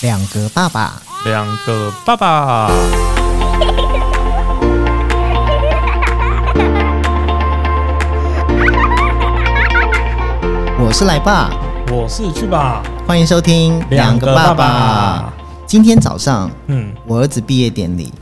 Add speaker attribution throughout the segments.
Speaker 1: 两个爸爸，
Speaker 2: 两个爸爸。
Speaker 1: 我是来爸，
Speaker 2: 我是去吧，
Speaker 1: 欢迎收听
Speaker 2: 爸。
Speaker 1: 今天早上
Speaker 2: 嗯，
Speaker 1: 我儿子毕业典礼，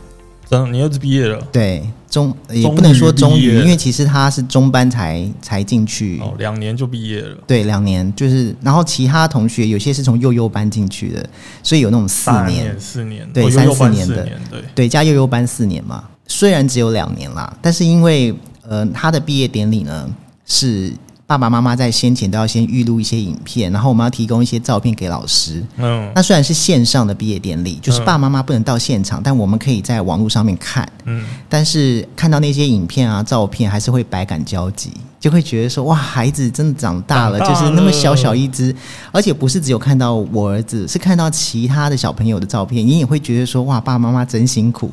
Speaker 2: 真的，你儿子毕业了
Speaker 1: 对中也
Speaker 2: 终于
Speaker 1: 不能说终
Speaker 2: 毕
Speaker 1: 于，
Speaker 2: 业了
Speaker 1: 因为其实他是中班才才进去，
Speaker 2: 哦，两年就毕业了，
Speaker 1: 对，两年就是，然后其他同学有些是从幼幼班进去的，所以有那种四
Speaker 2: 三
Speaker 1: 年，
Speaker 2: 四年，
Speaker 1: 对
Speaker 2: 哦
Speaker 1: 三
Speaker 2: 幼幼班
Speaker 1: 四年
Speaker 2: 四
Speaker 1: 的
Speaker 2: 年，对，
Speaker 1: 对，加幼幼班四年嘛，虽然只有两年啦，但是因为呃，他的毕业典礼呢是爸爸妈妈在先前都要先预录一些影片，然后我们要提供一些照片给老师。
Speaker 2: 嗯
Speaker 1: 那虽然是线上的毕业典礼，就是
Speaker 2: 嗯
Speaker 1: 爸爸妈妈不能到现场，但我们可以在网络上面看。
Speaker 2: 嗯，
Speaker 1: 但是看到那些影片啊、照片，还是会百感交集，就会觉得说哇，孩子真的长大了，
Speaker 2: 长大
Speaker 1: 就是那么小
Speaker 2: 了
Speaker 1: 小一只，而且不是只有看到我儿子，是看到其他的小朋友的照片，你也会觉得说哇，爸爸妈妈真辛苦。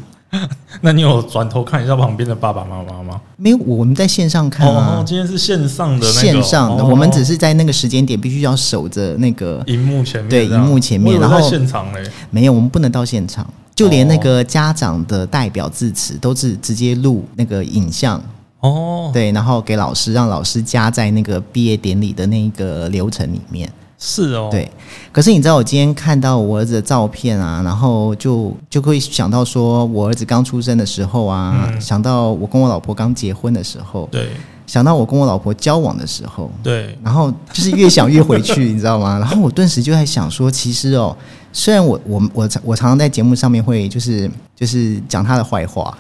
Speaker 2: 那你有转头看一下旁边的爸爸妈妈吗？
Speaker 1: 没有，我们在线上看
Speaker 2: 哦，
Speaker 1: 啊，
Speaker 2: 今天是线上的那个，
Speaker 1: 线上的，
Speaker 2: 哦
Speaker 1: 我们只是在那个时间点必须要守着那个，
Speaker 2: 荧幕前面
Speaker 1: 对
Speaker 2: 这样，
Speaker 1: 荧幕前面
Speaker 2: 我以为
Speaker 1: 然后
Speaker 2: 在现场嘞，
Speaker 1: 没有，我们不能到现场，就连那
Speaker 2: 哦
Speaker 1: 个家长的代表致辞都是直接录那个影像，
Speaker 2: 哦，
Speaker 1: 对，然后给老师，让老师加在那个毕业典礼的那个流程里面。
Speaker 2: 是哦，
Speaker 1: 对，可是你知道我今天看到我儿子的照片啊，然后就就会想到说我儿子刚出生的时候啊，
Speaker 2: 嗯
Speaker 1: 想到我跟我老婆刚结婚的时候，
Speaker 2: 对
Speaker 1: 想到我跟我老婆交往的时候，
Speaker 2: 对，
Speaker 1: 然后就是越想越回 去，你知道吗？然后我顿时就在想说，其实哦，虽然我我我常我常常在节目上面会就是就是讲他的坏 话，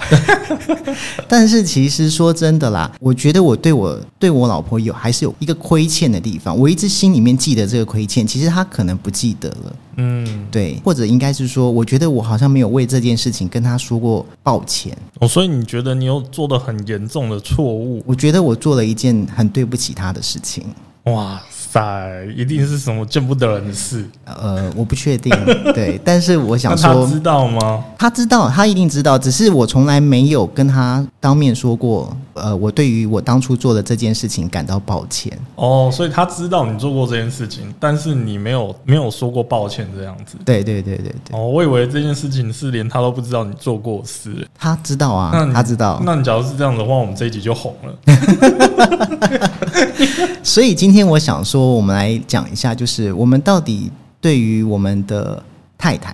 Speaker 1: 但是其实说真的啦，我觉得我对我对我老婆有还是有一个亏欠的地方，我一直心里面记得这个亏欠，其实她可能不记得了，
Speaker 2: 嗯，
Speaker 1: 对，或者应该是说，我觉得我好像没有为这件事情跟她说过抱歉，
Speaker 2: 哦，所以你觉得你有做的很严重的错误？
Speaker 1: 我觉得我做了一件很对不起她的事情。
Speaker 2: 哇塞，一定是什么见不得人的事。
Speaker 1: 呃，我不确定， 对，但是我
Speaker 2: 那
Speaker 1: 想
Speaker 2: 他
Speaker 1: 说，
Speaker 2: 知道吗？
Speaker 1: 他知道，他一定知道，只是我从来没有跟他当面说过，呃，我对于我当初做的这件事情感到抱歉。
Speaker 2: 哦，所以他知道你做过这件事情，但是你没有没有说过抱歉这样子。
Speaker 1: 对对对对对，
Speaker 2: 哦，我以为这件事情是连他都不知道你做过的事。
Speaker 1: 他知道
Speaker 2: 那
Speaker 1: 啊，
Speaker 2: 你
Speaker 1: 他知道。
Speaker 2: 那你假如是这样的话，我们这一集就红了。
Speaker 1: 所以今天我想说，我们来讲一下，就是我们到底对于我们的太太，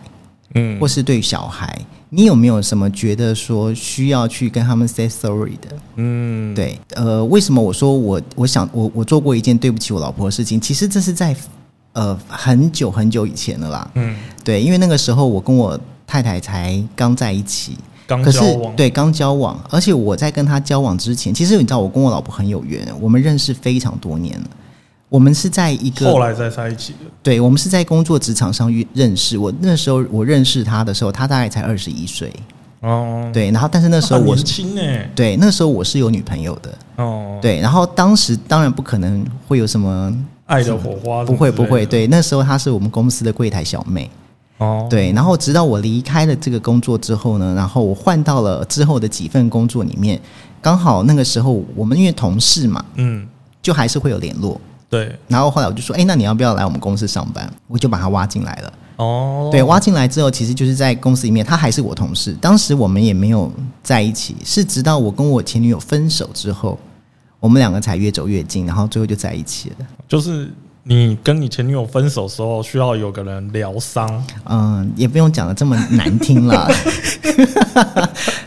Speaker 2: 嗯
Speaker 1: 或，是对小孩，你有没有什么觉得说需要去跟他们 say sorry 的？
Speaker 2: 嗯，
Speaker 1: 对，呃，为什么我说我我想我我做过一件对不起我老婆的事情？其实这是在呃很久很久以前了啦。
Speaker 2: 嗯，
Speaker 1: 对，因为那个时候我跟我太太才刚在一起，
Speaker 2: 刚
Speaker 1: 可是
Speaker 2: 交往，
Speaker 1: 对刚交往，而且我在跟她交往之前，其实你知道我跟我老婆很有缘，我们认识非常多年了。我们是在一个
Speaker 2: 后来再在一起的。
Speaker 1: 对，我们是在工作职场上遇认识。我那时候我认识她的时候，她大概才二十一岁。
Speaker 2: 哦，
Speaker 1: 对，然后但是那时候
Speaker 2: 很
Speaker 1: 我
Speaker 2: 年轻呢。
Speaker 1: 对那时候我是有女朋友的。
Speaker 2: 哦，
Speaker 1: 对，然后当时当然不可能会有什么，
Speaker 2: 爱的火花什
Speaker 1: 不
Speaker 2: 么之类
Speaker 1: 会
Speaker 2: 的，
Speaker 1: 不会，对，那时候她是我们公司的柜台小妹，
Speaker 2: 哦，
Speaker 1: 对，然后直到我离开了这个工作之后呢，然后我换到了之后的几份工作里面，刚好那个时候我们因为同事嘛，
Speaker 2: 嗯，
Speaker 1: 就还是会有联络，
Speaker 2: 对，
Speaker 1: 然后后来我就说，哎，那你要不要来我们公司上班？我就把她挖进来了，
Speaker 2: 哦，
Speaker 1: 对，挖进来之后，其实就是在公司里面，她还是我同事，当时我们也没有在一起，是直到我跟我前女友分手之后。我们两个才越走越近，然后最后就在一起了。
Speaker 2: 就是你跟你前女友分手的时候，需要有个人疗伤，
Speaker 1: 嗯，也不用讲的这么难听啦。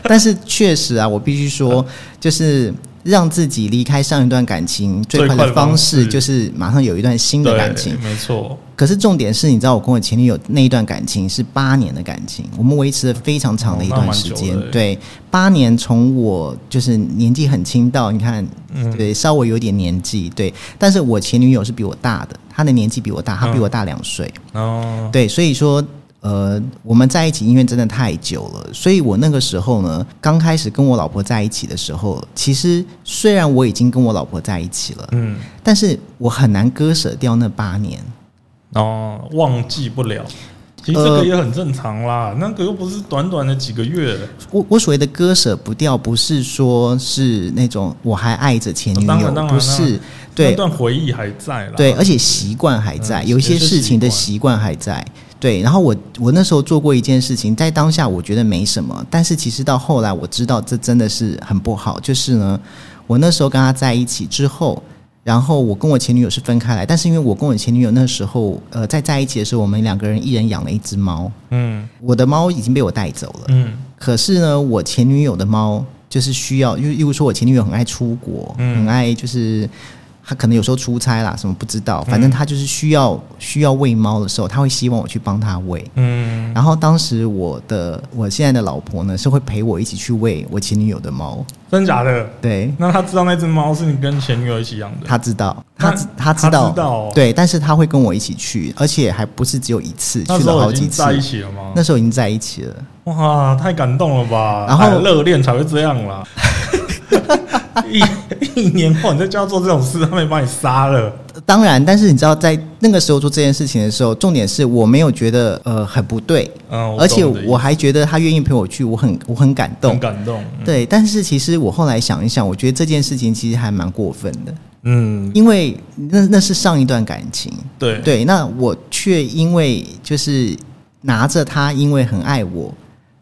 Speaker 1: 但是确实啊，我必须说，就是让自己离开上一段感情最
Speaker 2: 最
Speaker 1: 快
Speaker 2: 快
Speaker 1: 的
Speaker 2: 的
Speaker 1: 方
Speaker 2: 方
Speaker 1: 式，
Speaker 2: 式
Speaker 1: 就是马上有一段新的
Speaker 2: 对，
Speaker 1: 感情。
Speaker 2: 没错，
Speaker 1: 可是重点是，你知道我跟我前女友那一段感情是八年的感情，我们维持了非常长的一
Speaker 2: 哦那
Speaker 1: 段
Speaker 2: 蛮
Speaker 1: 时
Speaker 2: 久
Speaker 1: 间。
Speaker 2: 的欸
Speaker 1: 对，八年从我就是年纪很轻到你看，
Speaker 2: 嗯
Speaker 1: 对，稍微有点年纪，对。但是我前女友是比我大的，她的年纪比我大，她比
Speaker 2: 嗯
Speaker 1: 我大两岁。
Speaker 2: 然后
Speaker 1: 对，所以说，呃，我们在一起因为真的太久了，所以我那个时候呢，刚开始跟我老婆在一起的时候，其实虽然我已经跟我老婆在一起了，
Speaker 2: 嗯，
Speaker 1: 但是我很难割舍掉那八年。
Speaker 2: 然后忘记不
Speaker 1: 呃
Speaker 2: 了。其实这个也很正常啦，那个又不是短短的几个月，
Speaker 1: 我我所谓的割舍不掉，不是说是那种我还爱着前女
Speaker 2: 哦当然
Speaker 1: 友，
Speaker 2: 当然
Speaker 1: 不是，
Speaker 2: 那
Speaker 1: 对
Speaker 2: 段回忆还在啦。
Speaker 1: 对，而且习惯还在，
Speaker 2: 嗯
Speaker 1: 有一些
Speaker 2: 有些
Speaker 1: 事情的
Speaker 2: 习
Speaker 1: 习惯还在。对，然后我我那时候做过一件事情，在当下我觉得没什么，但是其实到后来我知道这真的是很不好。就是呢，我那时候跟他在一起之后，然后我跟我前女友是分开来，但是因为我跟我前女友那时候呃在在一起的时候，我们两个人一人养了一只猫，
Speaker 2: 嗯
Speaker 1: 我的猫已经被我带走了，
Speaker 2: 嗯
Speaker 1: 可是呢，我前女友的猫就是需要，因为例如说我前女友很爱出国，
Speaker 2: 嗯
Speaker 1: 很爱就是。她可能有时候出差啦，什么不知道，反正她就是需要需要喂猫的时候，她会希望我去帮她喂。
Speaker 2: 嗯，
Speaker 1: 然后当时我的我现在的老婆呢是会陪我一起去喂我前女友的猫，
Speaker 2: 真假的？
Speaker 1: 对，
Speaker 2: 那他知道那只猫是你跟前女友一起养的？
Speaker 1: 她知道，
Speaker 2: 那
Speaker 1: 她知她知道，
Speaker 2: 她知道哦
Speaker 1: 对，但是她会跟我一起去，而且还不是只有一次，
Speaker 2: 那
Speaker 1: 去
Speaker 2: 时
Speaker 1: 了
Speaker 2: 候
Speaker 1: 好
Speaker 2: 已
Speaker 1: 几
Speaker 2: 经
Speaker 1: 次
Speaker 2: 在。一起了吗
Speaker 1: 那？时候已经在一起了，
Speaker 2: 哇，太感动了吧！
Speaker 1: 然后
Speaker 2: 哎热恋才会这样 啦。 一一年后你再叫他做这种事，他们也把你杀了。
Speaker 1: 当然，但是你知道，在那个时候做这件事情的时候，重点是我没有觉得呃很不对，
Speaker 2: 嗯，
Speaker 1: 而且
Speaker 2: 懂你的意思
Speaker 1: 我还觉得他愿意陪我去，我很我很感动
Speaker 2: 很。感动。嗯
Speaker 1: 对，但是其实我后来想一想，我觉得这件事情其实还蛮过分的，
Speaker 2: 嗯，
Speaker 1: 因为那那是上一段感情，
Speaker 2: 对
Speaker 1: 对，那我却因为就是拿着他，因为很爱我，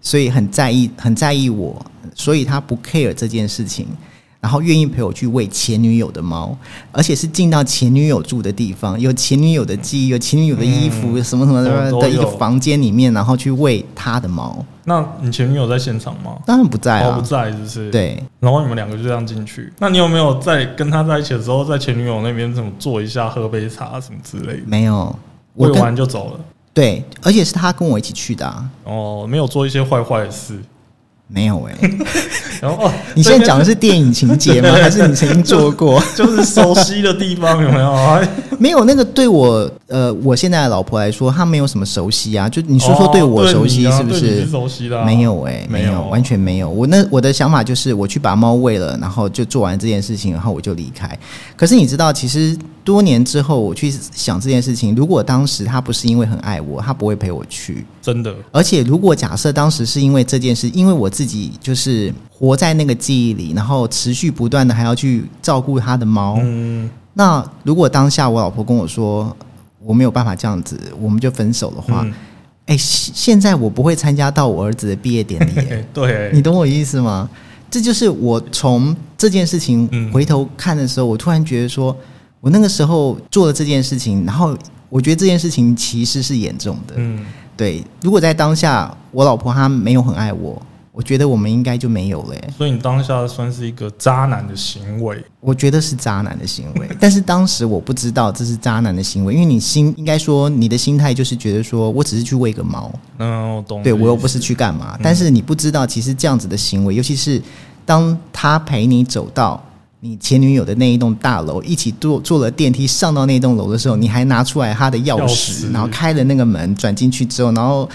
Speaker 1: 所以很在意，很在意我，所以他不 care 这件事情，然后愿意陪我去喂前女友的猫，而且是进到前女友住的地方，有前女友的记忆，有前女友的衣服，什么什么的
Speaker 2: 都都
Speaker 1: 的一个
Speaker 2: 有
Speaker 1: 房间里面，然后去喂他的猫，
Speaker 2: 那你前女友在现场吗？
Speaker 1: 当然不在
Speaker 2: 哦，
Speaker 1: 啊
Speaker 2: 不，在，是不是？。
Speaker 1: 对，
Speaker 2: 然后你们两个就这样进去。那你有没有在跟他在一起的时候，在前女友那边怎么坐一下、喝杯茶什么之类的？
Speaker 1: 没有，我
Speaker 2: 喂
Speaker 1: 跟
Speaker 2: 完就走了。
Speaker 1: 对，而且是他跟我一起去的、啊，
Speaker 2: 哦，没有做一些坏坏的事。
Speaker 1: 没有哎、
Speaker 2: 然 后哦，
Speaker 1: 你现在讲的
Speaker 2: 这
Speaker 1: 是电影情节吗？还是你曾经做过？
Speaker 2: 边就是熟悉的地方，有 没有？哎
Speaker 1: 没有，那个对我呃，我现在的老婆来说，她没有什么熟悉啊。就你说说对我熟悉
Speaker 2: 哦对你啊
Speaker 1: 不
Speaker 2: 对你
Speaker 1: 是？
Speaker 2: 是熟悉的啊、
Speaker 1: 没有哎、没
Speaker 2: 没有
Speaker 1: 完全没有。我那我的想法就是，我去把猫喂了，然后就做完这件事情，然后我就离开。可是你知道，其实多年之后我去想这件事情，如果当时她不是因为很爱我，她不会陪我去。
Speaker 2: 真的。
Speaker 1: 而且，如果假设当时是因为这件事，因为我自己就是活在那个记忆里，然后持续不断的还要去照顾她的猫，
Speaker 2: 嗯，
Speaker 1: 那如果当下我老婆跟我说我没有办法这样子，我们就分手的话，
Speaker 2: 嗯
Speaker 1: 哎、现现在我不会参加到我儿子的毕业典礼、
Speaker 2: 嘿嘿 对，
Speaker 1: 你懂我意思吗？这就是我从这件事情
Speaker 2: 嗯
Speaker 1: 回头看的时候，我突然觉得说，我那个时候做了这件事情，然后我觉得这件事情其实是严重的。
Speaker 2: 嗯，
Speaker 1: 对，如果在当下我老婆她没有很爱我，我觉得我们应该就没有了、诶
Speaker 2: 所以你当下算是一个渣男的行为，
Speaker 1: 我觉得是渣男的行为， 但是当时我不知道这是渣男的行为，因为你心应该说你的心态就是觉得说我只是去喂个猫，
Speaker 2: 嗯，我懂。
Speaker 1: 对我又不是，去干嘛，但是你不知道其实这样子的行为，尤其是当他陪你走到你前女友的那一栋大楼，一起坐坐了电梯上到那栋楼的时候，你还拿出来他的钥
Speaker 2: 钥
Speaker 1: 匙，
Speaker 2: 匙
Speaker 1: 然后开了那个门，转进去之后，然后。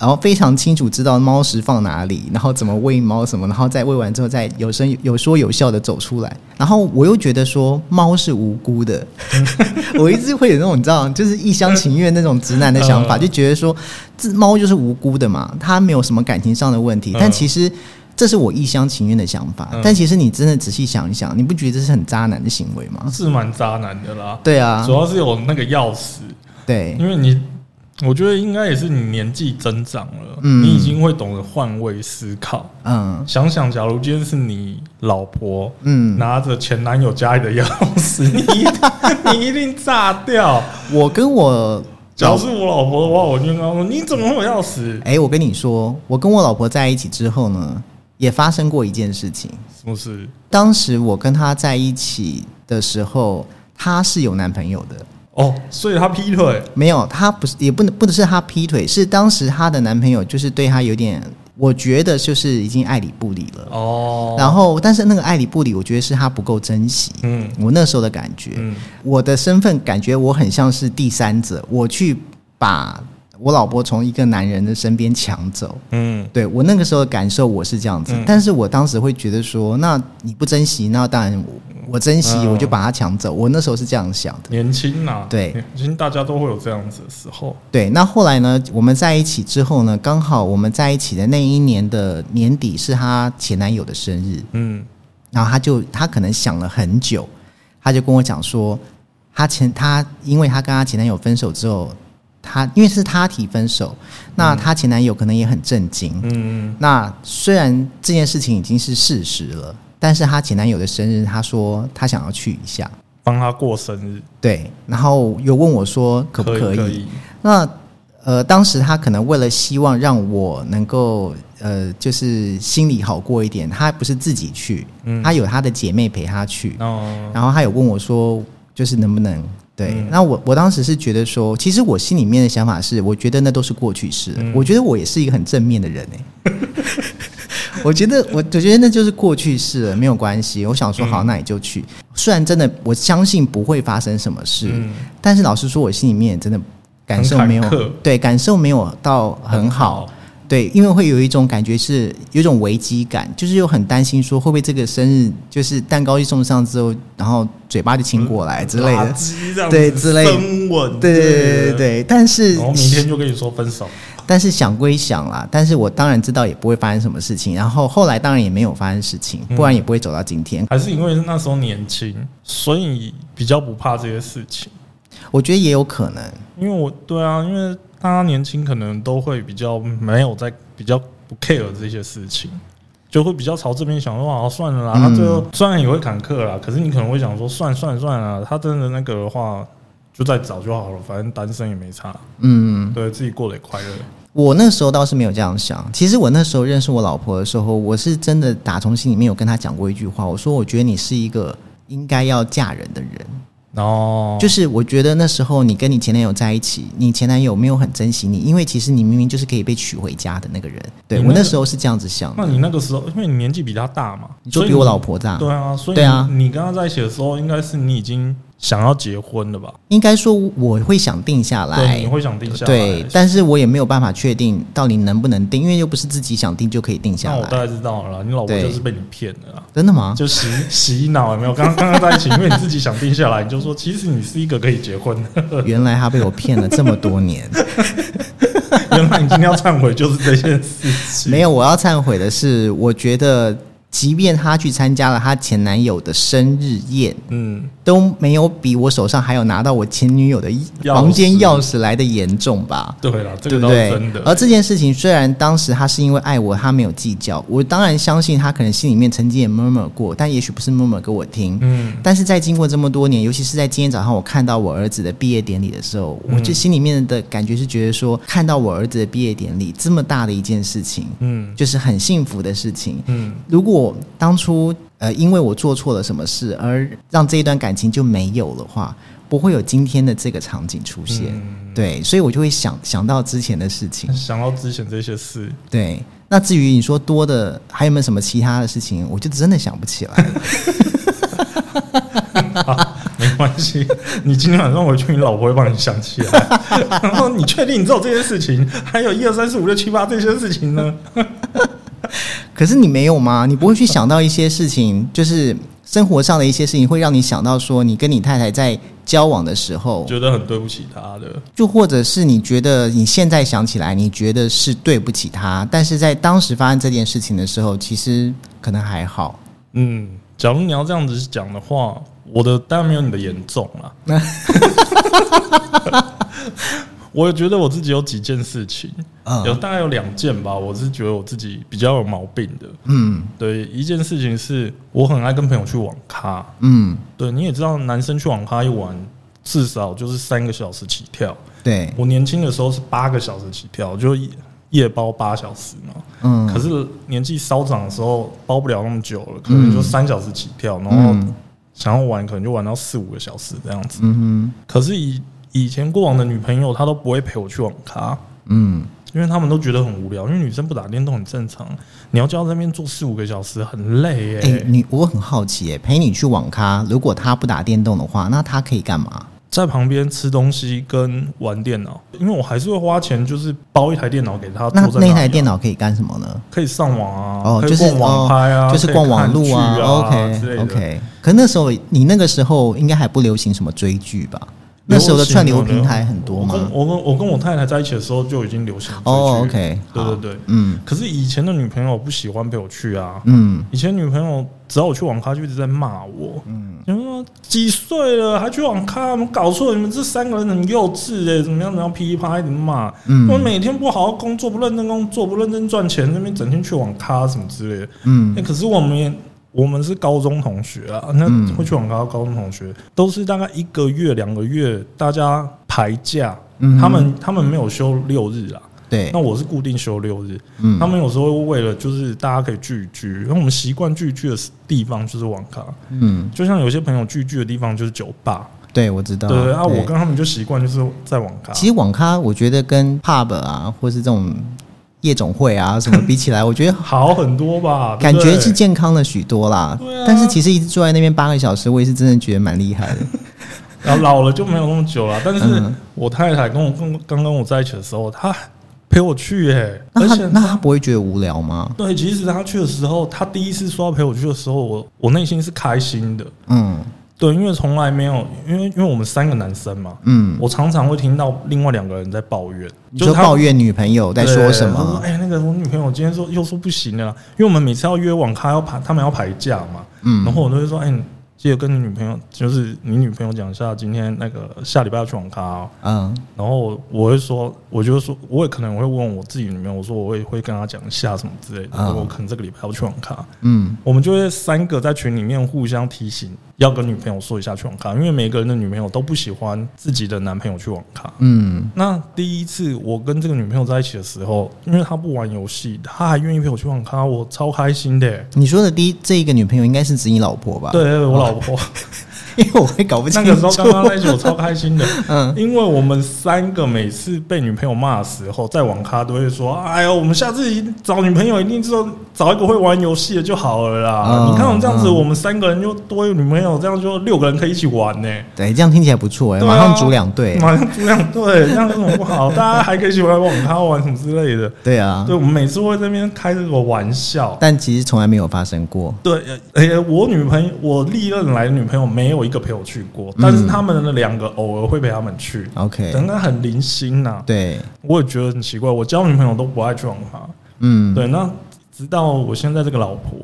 Speaker 1: 然后非常清楚知道猫食放哪里，然后怎么喂猫什么，然后再喂完之后再有声有说有笑的走出来。然后我又觉得说猫是无辜的， 我一直会有那种你知道，就是一厢情愿那种直男的想法，
Speaker 2: 嗯
Speaker 1: 就觉得说这猫就是无辜的嘛，它没有什么感情上的问题。
Speaker 2: 嗯
Speaker 1: 但其实这是我一厢情愿的想法，
Speaker 2: 嗯
Speaker 1: 但其实你真的仔细想一想，你不觉得这是很渣男的行为吗？
Speaker 2: 是蛮渣男的啦。
Speaker 1: 对啊
Speaker 2: 主，要是有那个钥匙，
Speaker 1: 对
Speaker 2: 因为你，我觉得应该也是你年纪增长了，
Speaker 1: 嗯
Speaker 2: 你已经会懂得换位思考。
Speaker 1: 嗯
Speaker 2: 想想，假如今天是你老婆
Speaker 1: 嗯，
Speaker 2: 拿着前男友家里的钥 匙，你一定你一定炸掉。
Speaker 1: 我跟我
Speaker 2: 假如是我老婆的话，我就跟她说：“你怎么会有钥匙？
Speaker 1: 哎、我跟你说，我跟我老婆在一起之后呢，也发生过一件事情。
Speaker 2: 是不是？
Speaker 1: 当时我跟她在一起的时候，她是有男朋友的。
Speaker 2: 哦，所以他劈腿，
Speaker 1: 没有，她不是，也不能不只是她劈腿，是当时她的男朋友就是对她有点，我觉得就是已经爱理不理了。
Speaker 2: 哦，
Speaker 1: 然后，但是那个爱理不理，我觉得是她不够珍惜。
Speaker 2: 嗯
Speaker 1: 我那时候的感觉，
Speaker 2: 嗯
Speaker 1: 我的身份感觉我很像是第三者，我去把我老婆从一个男人的身边抢走。
Speaker 2: 嗯，
Speaker 1: 对我那个时候的感受，我是这样子，
Speaker 2: 嗯
Speaker 1: 但是我当时会觉得说，那你不珍惜，那当然我我珍惜，
Speaker 2: 嗯
Speaker 1: 我就把它抢走。我那时候是这样想的。
Speaker 2: 年轻呐、啊，
Speaker 1: 对
Speaker 2: 年轻大家都会有这样子的时候，
Speaker 1: 对，那后来呢？我们在一起之后呢，刚好我们在一起的那一年的年底是她前男友的生日，
Speaker 2: 嗯，
Speaker 1: 然后她就她可能想了很久，她就跟我讲说，她前她因为她跟她前男友分手之后，她，因为是她提分手，那她前男友可能也很震惊。
Speaker 2: 嗯，
Speaker 1: 那虽然这件事情已经是事实了，但是她前男友的生日，她说她想要去一下，
Speaker 2: 帮他过生日
Speaker 1: 对，然后有问我说可不
Speaker 2: 可
Speaker 1: 可以？
Speaker 2: 以？可以
Speaker 1: 那呃，当时她可能为了希望让我能够呃，就是心里好过一点，她不是自己去，
Speaker 2: 嗯
Speaker 1: 她有她的姐妹陪她去，
Speaker 2: 哦，
Speaker 1: 然后她有问我说，就是能不能？对，
Speaker 2: 嗯
Speaker 1: 那我我当时是觉得说，其实我心里面的想法是，我觉得那都是过去式了，
Speaker 2: 嗯
Speaker 1: 我觉得我也是一个很正面的人哎、 我觉得我我觉得那就是过去式了，没有关系。我
Speaker 2: 嗯
Speaker 1: 想说好，那你就去。虽然真的我相信不会发生什么事，
Speaker 2: 嗯
Speaker 1: 但是老实说，我心里面真的感受
Speaker 2: 很坎
Speaker 1: 没有
Speaker 2: 坷
Speaker 1: 对感受没有到很好。，对，因为会有一种感觉是有一种危机感，就是又很担心说会不会这个生日就是蛋糕一送上之后，然后嘴巴就亲过来哎之类
Speaker 2: 垃
Speaker 1: 的，
Speaker 2: 圾这样子
Speaker 1: 对之类的
Speaker 2: 深吻，
Speaker 1: 对对对对。对。但是
Speaker 2: 然后明天就跟你说分手，
Speaker 1: 但是想归想啦，但是我当然知道也不会发生什么事情，然后后来当然也没有发生事情，不然也不会走到今天。
Speaker 2: 还是因为那时候年轻，所以比较不怕这些事情。
Speaker 1: 我觉得也有可能，
Speaker 2: 因为我对啊，因为大家年轻可能都会比较没有在比较不 care 这些事情，就会比较朝这边想说啊，算了啦，
Speaker 1: 嗯
Speaker 2: 他最后虽然也会坎坷啦，可是你可能会想说，算算算啦，他真的那个的话，就再找就好了，反正单身也没差，
Speaker 1: 嗯。
Speaker 2: 对自己过得也快乐。
Speaker 1: 我那时候倒是没有这样想。其实我那时候认识我老婆的时候，我是真的打从心里面有跟她讲过一句话，我说我觉得你是一个应该要嫁人的人。
Speaker 2: 然后
Speaker 1: 就是我觉得那时候你跟你前男友在一起，你前男友没有很珍惜你，因为其实你明明就是可以被娶回家的那个人。对
Speaker 2: 你
Speaker 1: 我
Speaker 2: 那
Speaker 1: 那
Speaker 2: 个
Speaker 1: 时候是这样子想
Speaker 2: 那
Speaker 1: 的。
Speaker 2: 你那个时候，因为你年纪比他大嘛，
Speaker 1: 嗯你
Speaker 2: 所
Speaker 1: 说
Speaker 2: 以
Speaker 1: 比我老婆大，
Speaker 2: 对啊，所以
Speaker 1: 对啊
Speaker 2: 你跟他在一起的时候，应该是你已经想要结婚了吧？
Speaker 1: 应该说我会想定下
Speaker 2: 对，你
Speaker 1: 来。
Speaker 2: 会想定下来。
Speaker 1: 对，但是我也没有办法确定到底能不能定，因为又不是自己想定就可以定下
Speaker 2: 哦那我大
Speaker 1: 来。
Speaker 2: 概知道了啦，你老婆
Speaker 1: 对
Speaker 2: 就是被你骗了啦。
Speaker 1: 真的吗？
Speaker 2: 就洗洗脑有没有？刚刚刚在一起，因为你自己想定下来，你就说其实你是一个可以结婚 的。
Speaker 1: 原来他被我骗了这么多年。
Speaker 2: 原来你今天要忏悔就是这件事情。
Speaker 1: 没有，我要忏悔的是，我觉得即便她去参加了她前男友的生日宴，
Speaker 2: 嗯，
Speaker 1: 都没有比我手上还有拿到我前女友的
Speaker 2: 匙
Speaker 1: 房间钥匙来的严重吧。
Speaker 2: 对啦，这
Speaker 1: 对不
Speaker 2: 个倒是
Speaker 1: 对
Speaker 2: 真？的。
Speaker 1: 而这件事情虽然当时她是因为爱我，她没有计较，我当然相信她可能心里面曾经也 murmur 过，但也许不是 murmur 给我听。
Speaker 2: 嗯，
Speaker 1: 但是在经过这么多年，尤其是在今天早上我看到我儿子的毕业典礼的时候，我
Speaker 2: 嗯
Speaker 1: 就心里面的感觉是觉得说，看到我儿子的毕业典礼这么大的一件事情，
Speaker 2: 嗯
Speaker 1: 就是很幸福的事情。
Speaker 2: 嗯，
Speaker 1: 如果当初呃因为我做错了什么事而让这一段感情就没有的话，不会有今天的这个场景出现。
Speaker 2: 嗯
Speaker 1: 对，所以我就会想想到之前的事情。
Speaker 2: 想到之前这些事，
Speaker 1: 对，那至于你说多的还有没有什么其他的事情，我就真的想不起来了。
Speaker 2: 没关系。你今天晚上回去，你老婆会帮你想起 来。然后你确定你知道这件事情，还有一二三四五六七八这些事情呢？
Speaker 1: 可是你没有吗？你不会去想到一些事情，就是生活上的一些事情，会让你想到说，你跟你太太在交往的时候，
Speaker 2: 觉得很对不起他的。
Speaker 1: 就或者是你觉得你现在想起来，你觉得是对不起他，但是在当时发生这件事情的时候，其实可能还好。
Speaker 2: 嗯，假如你要这样子讲的话，我的当然没有你的严重 啦。我觉得我自己有几件事情，有
Speaker 1: 嗯
Speaker 2: 大概有两件吧，我是觉得我自己比较有毛病的。
Speaker 1: 嗯
Speaker 2: 对，一件事情是我很爱跟朋友去网咖，
Speaker 1: 嗯，
Speaker 2: 对，你也知道，男生去网咖一玩至少就是三个小时起跳。
Speaker 1: 对，
Speaker 2: 我年轻的时候是八个小时起跳，就夜夜包八小时嘛。可
Speaker 1: 嗯
Speaker 2: 是年纪稍长的时候，包不了那么久了，可能就三小时起跳，然后
Speaker 1: 嗯
Speaker 2: 想要玩，可能就玩到四五个小时这样子。
Speaker 1: 嗯
Speaker 2: 可是以以前过往的女朋友，她都不会陪我去网咖，
Speaker 1: 哼嗯
Speaker 2: 因为她们都觉得很无聊，因为女生不打电动很正常，你要叫她在那边坐四五个小时，很累耶、
Speaker 1: 哎、你我很好奇、哎，陪你去网咖，如果他不打电动的话，那他可以干嘛？
Speaker 2: 在旁边吃东西跟玩电脑，因为我还是会花钱，就是包一台电脑给她，
Speaker 1: 那
Speaker 2: 坐
Speaker 1: 那
Speaker 2: 在里
Speaker 1: 一
Speaker 2: 啊
Speaker 1: 台电脑可以干什么呢？
Speaker 2: 可以上网啊，
Speaker 1: 哦，
Speaker 2: 可以
Speaker 1: 就是
Speaker 2: 逛网拍啊，
Speaker 1: 哦、就是
Speaker 2: 可以
Speaker 1: 逛网路
Speaker 2: 看剧啊
Speaker 1: o
Speaker 2: 之类
Speaker 1: k
Speaker 2: 的
Speaker 1: OK。可那时候你那个时候应该还不流行什么追剧吧？那时候的串流平台很多吗？
Speaker 2: 我跟我跟我跟我太太在一起的时候就已经流行追剧
Speaker 1: 哦，OK，
Speaker 2: 对
Speaker 1: 好
Speaker 2: 对对。
Speaker 1: 嗯
Speaker 2: 可是以前的女朋友不喜欢陪我去啊，
Speaker 1: 嗯
Speaker 2: 以前女朋友只要我去网咖就一直在骂我，嗯，就说嗯，几岁了还去网咖？我们搞错，你们这三个人很幼稚哎、怎么样？怎么样？噼里啪啦一直骂。
Speaker 1: 嗯
Speaker 2: 我每天不好好工作，不认真工作，不认真赚钱，那边整天去网咖什么之类的。
Speaker 1: 嗯
Speaker 2: 那、可是我们也我们是高中同学啊，那
Speaker 1: 嗯
Speaker 2: 会去网咖的高中同学都是大概一个月、两个月，大家排假，
Speaker 1: 嗯哼
Speaker 2: 他们他们没有休六日啊。
Speaker 1: 对
Speaker 2: 那，我是固定休六日，
Speaker 1: 嗯
Speaker 2: 他们有时候会为了就是大家可以聚一聚，因为我们习惯聚一聚的地方就是网咖，
Speaker 1: 嗯，
Speaker 2: 就像有些朋友聚一聚的地方就是酒吧，
Speaker 1: 对我知道。
Speaker 2: 对对啊，我跟他们就习惯就是在网咖。
Speaker 1: 其实网咖，我觉得跟 pub 啊，或是这种夜总会啊什么比起来，我 觉得
Speaker 2: 好很多吧，对
Speaker 1: 感
Speaker 2: 不啊对
Speaker 1: 觉是健康了许多啦。
Speaker 2: 对啊
Speaker 1: 但是其实一直坐在那边八个小时，我也是真的觉得蛮厉害的。
Speaker 2: 然后老了就没有那么久了。但是
Speaker 1: 嗯
Speaker 2: 我太太跟我刚刚跟我在一起的时候，她陪我去耶、而
Speaker 1: 那他
Speaker 2: 且
Speaker 1: 那他不会觉得无聊吗？
Speaker 2: 对，其实她去的时候，她第一次说要陪我去的时候，我我内心是开心的，
Speaker 1: 嗯
Speaker 2: 对，因为从来没有，因为因为我们三个男生嘛，
Speaker 1: 嗯，
Speaker 2: 我常常会听到另外两个人在抱怨，
Speaker 1: 你说抱怨女朋友在说什
Speaker 2: 对他说
Speaker 1: 么？
Speaker 2: 哎、那个我女朋友今天说又说不行了啦，因为我们每次要约网咖要排，他们要排假嘛，
Speaker 1: 嗯
Speaker 2: 然后我都会说，哎、你记得跟你女朋友，就是你女朋友讲一下，今天那个下礼拜要去网咖、哦。
Speaker 1: 嗯
Speaker 2: 然后我会说，我就说，我也可能会问我自己女朋友，我说我也会跟她讲一下什么之类的，
Speaker 1: 啊
Speaker 2: 我可能这个礼拜要去网咖。
Speaker 1: 嗯
Speaker 2: 我们就会三个在群里面互相提醒，要跟女朋友说一下去网咖，因为每个人的女朋友都不喜欢自己的男朋友去网咖。
Speaker 1: 嗯
Speaker 2: 那第一次我跟这个女朋友在一起的时候，因为她不玩游戏，她还愿意陪我去网咖，我超开心的、
Speaker 1: 你说的第一这一个女朋友应该是指你老婆吧？
Speaker 2: 对，，对我老婆
Speaker 1: 因为我会搞不
Speaker 2: 那
Speaker 1: 清
Speaker 2: 个时
Speaker 1: 楚
Speaker 2: 候。刚刚在一起，我超开心的，
Speaker 1: 嗯
Speaker 2: 因为我们三个每次被女朋友骂的时候，在网咖都会说：“哎呦，我们下次一找女朋友一定就找一个会玩游戏的就好了啦。
Speaker 1: 嗯
Speaker 2: 你看我们这样子，
Speaker 1: 嗯
Speaker 2: 我们三个人就多一个女朋友，这样就六个人可以一起玩呢、
Speaker 1: 对，这样听起来不错哎、
Speaker 2: 对啊
Speaker 1: 马上组两队。
Speaker 2: 马上组 两队，这样有什么不好？大家还可以一起玩网咖玩什么之类的。
Speaker 1: 对啊，
Speaker 2: 对，我们每次会在那边开这个玩笑。
Speaker 1: 但其实从来没有发生过。
Speaker 2: 对，呃、且我女朋友，我历任来的女朋友没有一个陪我去过，但是他们的两个偶尔会陪他们去，
Speaker 1: OK，
Speaker 2: 真的很零星呐、
Speaker 1: 对，
Speaker 2: 我也觉得很奇怪，我交女朋友都不爱去网咖。
Speaker 1: 嗯，
Speaker 2: 对，那直到我现在这个老婆，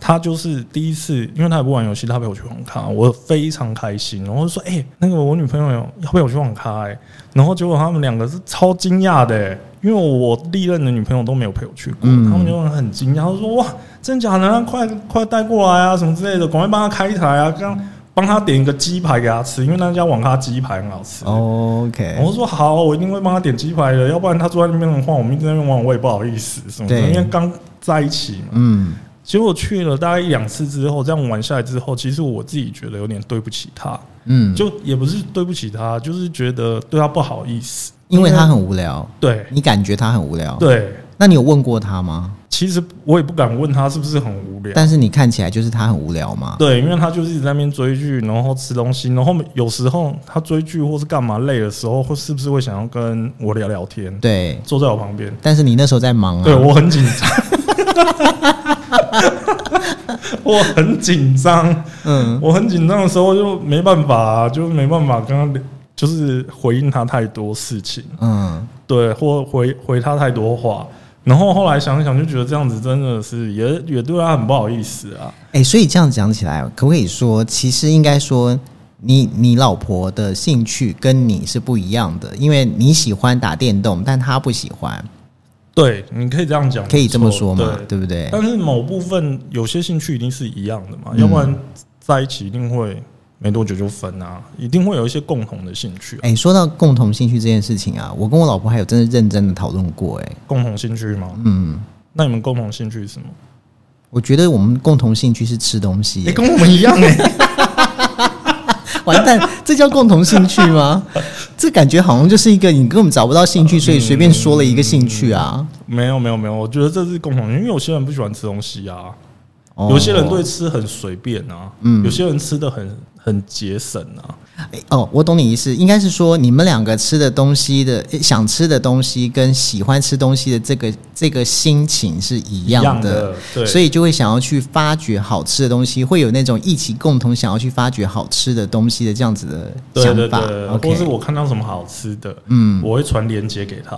Speaker 2: 她就是第一次，因为她也不玩游戏，她陪我去网咖，我非常开心。然后就说：“哎、那个我女朋友要陪我去网咖、欸。”然后结果他们两个是超惊讶的、欸，因为我历任的女朋友都没有陪我去过，
Speaker 1: 嗯
Speaker 2: 他们就很惊讶，她说：“哇，真假的啊？快快带过来啊，什么之类的，赶快帮她开一台啊，刚帮她点一个鸡排给她吃，因为那家网咖鸡排很好吃。”
Speaker 1: 哦 OK，
Speaker 2: 我说好，我一定会帮他点鸡排的，要不然他坐在那边的话，我们一直在那边玩，我也不好意思什么的，
Speaker 1: 对
Speaker 2: 因为刚在一起嘛。
Speaker 1: 嗯，
Speaker 2: 结果去了大概一两次之后，这样玩下来之后，其实我自己觉得有点对不起他，
Speaker 1: 嗯，
Speaker 2: 就也不是对不起他，就是觉得对他不好意思，
Speaker 1: 因为他很无聊，
Speaker 2: 对
Speaker 1: 你感觉他很无聊。，
Speaker 2: 对。
Speaker 1: 那你有问过他吗？
Speaker 2: 其实我也不敢问他是不是很无聊，
Speaker 1: 但是你看起来就是他很无聊嘛。
Speaker 2: 对，因为他就是一直在那边追剧，然后吃东西，然后有时候他追剧或是干嘛累的时候，会是不是会想要跟我聊聊天，
Speaker 1: 对，
Speaker 2: 坐在我旁边，
Speaker 1: 但是你那时候在忙啊。
Speaker 2: 对我很紧张，我很紧张，
Speaker 1: 嗯，
Speaker 2: 我很紧张的时候就没办法、啊就没办法跟他聊，就是回应他太多事情，
Speaker 1: 嗯，
Speaker 2: 对，或回回他太多话。然后后来想一想，就觉得这样子真的是也也对他很不好意思啊。
Speaker 1: 哎、所以这样讲起来，可不可以说，其实应该说你，你老婆的兴趣跟你是不一样的，因为你喜欢打电动，但她不喜欢，
Speaker 2: 对，你可以这样讲，
Speaker 1: 可以这么
Speaker 2: 没错
Speaker 1: 说嘛，对
Speaker 2: 对，
Speaker 1: 不对？
Speaker 2: 但是某部分有些兴趣一定是一样的嘛，
Speaker 1: 嗯
Speaker 2: 要不然在一起一定会没多久就分啊，一定会有一些共同的兴趣啊、
Speaker 1: 哎、说到共同兴趣这件事情啊，我跟我老婆还有真的认真的讨论过、哎，
Speaker 2: 共同兴趣吗？
Speaker 1: 嗯，
Speaker 2: 那你们共同兴趣是什么？
Speaker 1: 我觉得我们共同兴趣是吃东西、
Speaker 2: 你
Speaker 1: 哎
Speaker 2: 跟我们一样哎、
Speaker 1: 完蛋，这叫共同兴趣吗？ 这感觉好像就是一个你根本找不到兴趣，所以随便说了一个兴趣啊。
Speaker 2: 没有没有没有，我觉得这是共同，因为有些人不喜欢吃东西啊，
Speaker 1: 哦
Speaker 2: 有些人对吃很随便啊，
Speaker 1: 嗯
Speaker 2: 有些人吃的很很节省啊，
Speaker 1: 哎哦，我懂你意思，应该是说你们两个吃的东西的诶想吃的东西跟喜欢吃东西的这个这个心情是一
Speaker 2: 一
Speaker 1: 样
Speaker 2: 样
Speaker 1: 的，
Speaker 2: 的，对，
Speaker 1: 所
Speaker 2: 以
Speaker 1: 以就会想要去发掘好吃的东西，会有那种一起共同想要去发掘好吃的东西的这样子的
Speaker 2: 对
Speaker 1: 想
Speaker 2: 对
Speaker 1: 法。
Speaker 2: 对，或
Speaker 1: OK，
Speaker 2: 是我看到什么好吃的，
Speaker 1: 嗯，
Speaker 2: 我会传链接给他，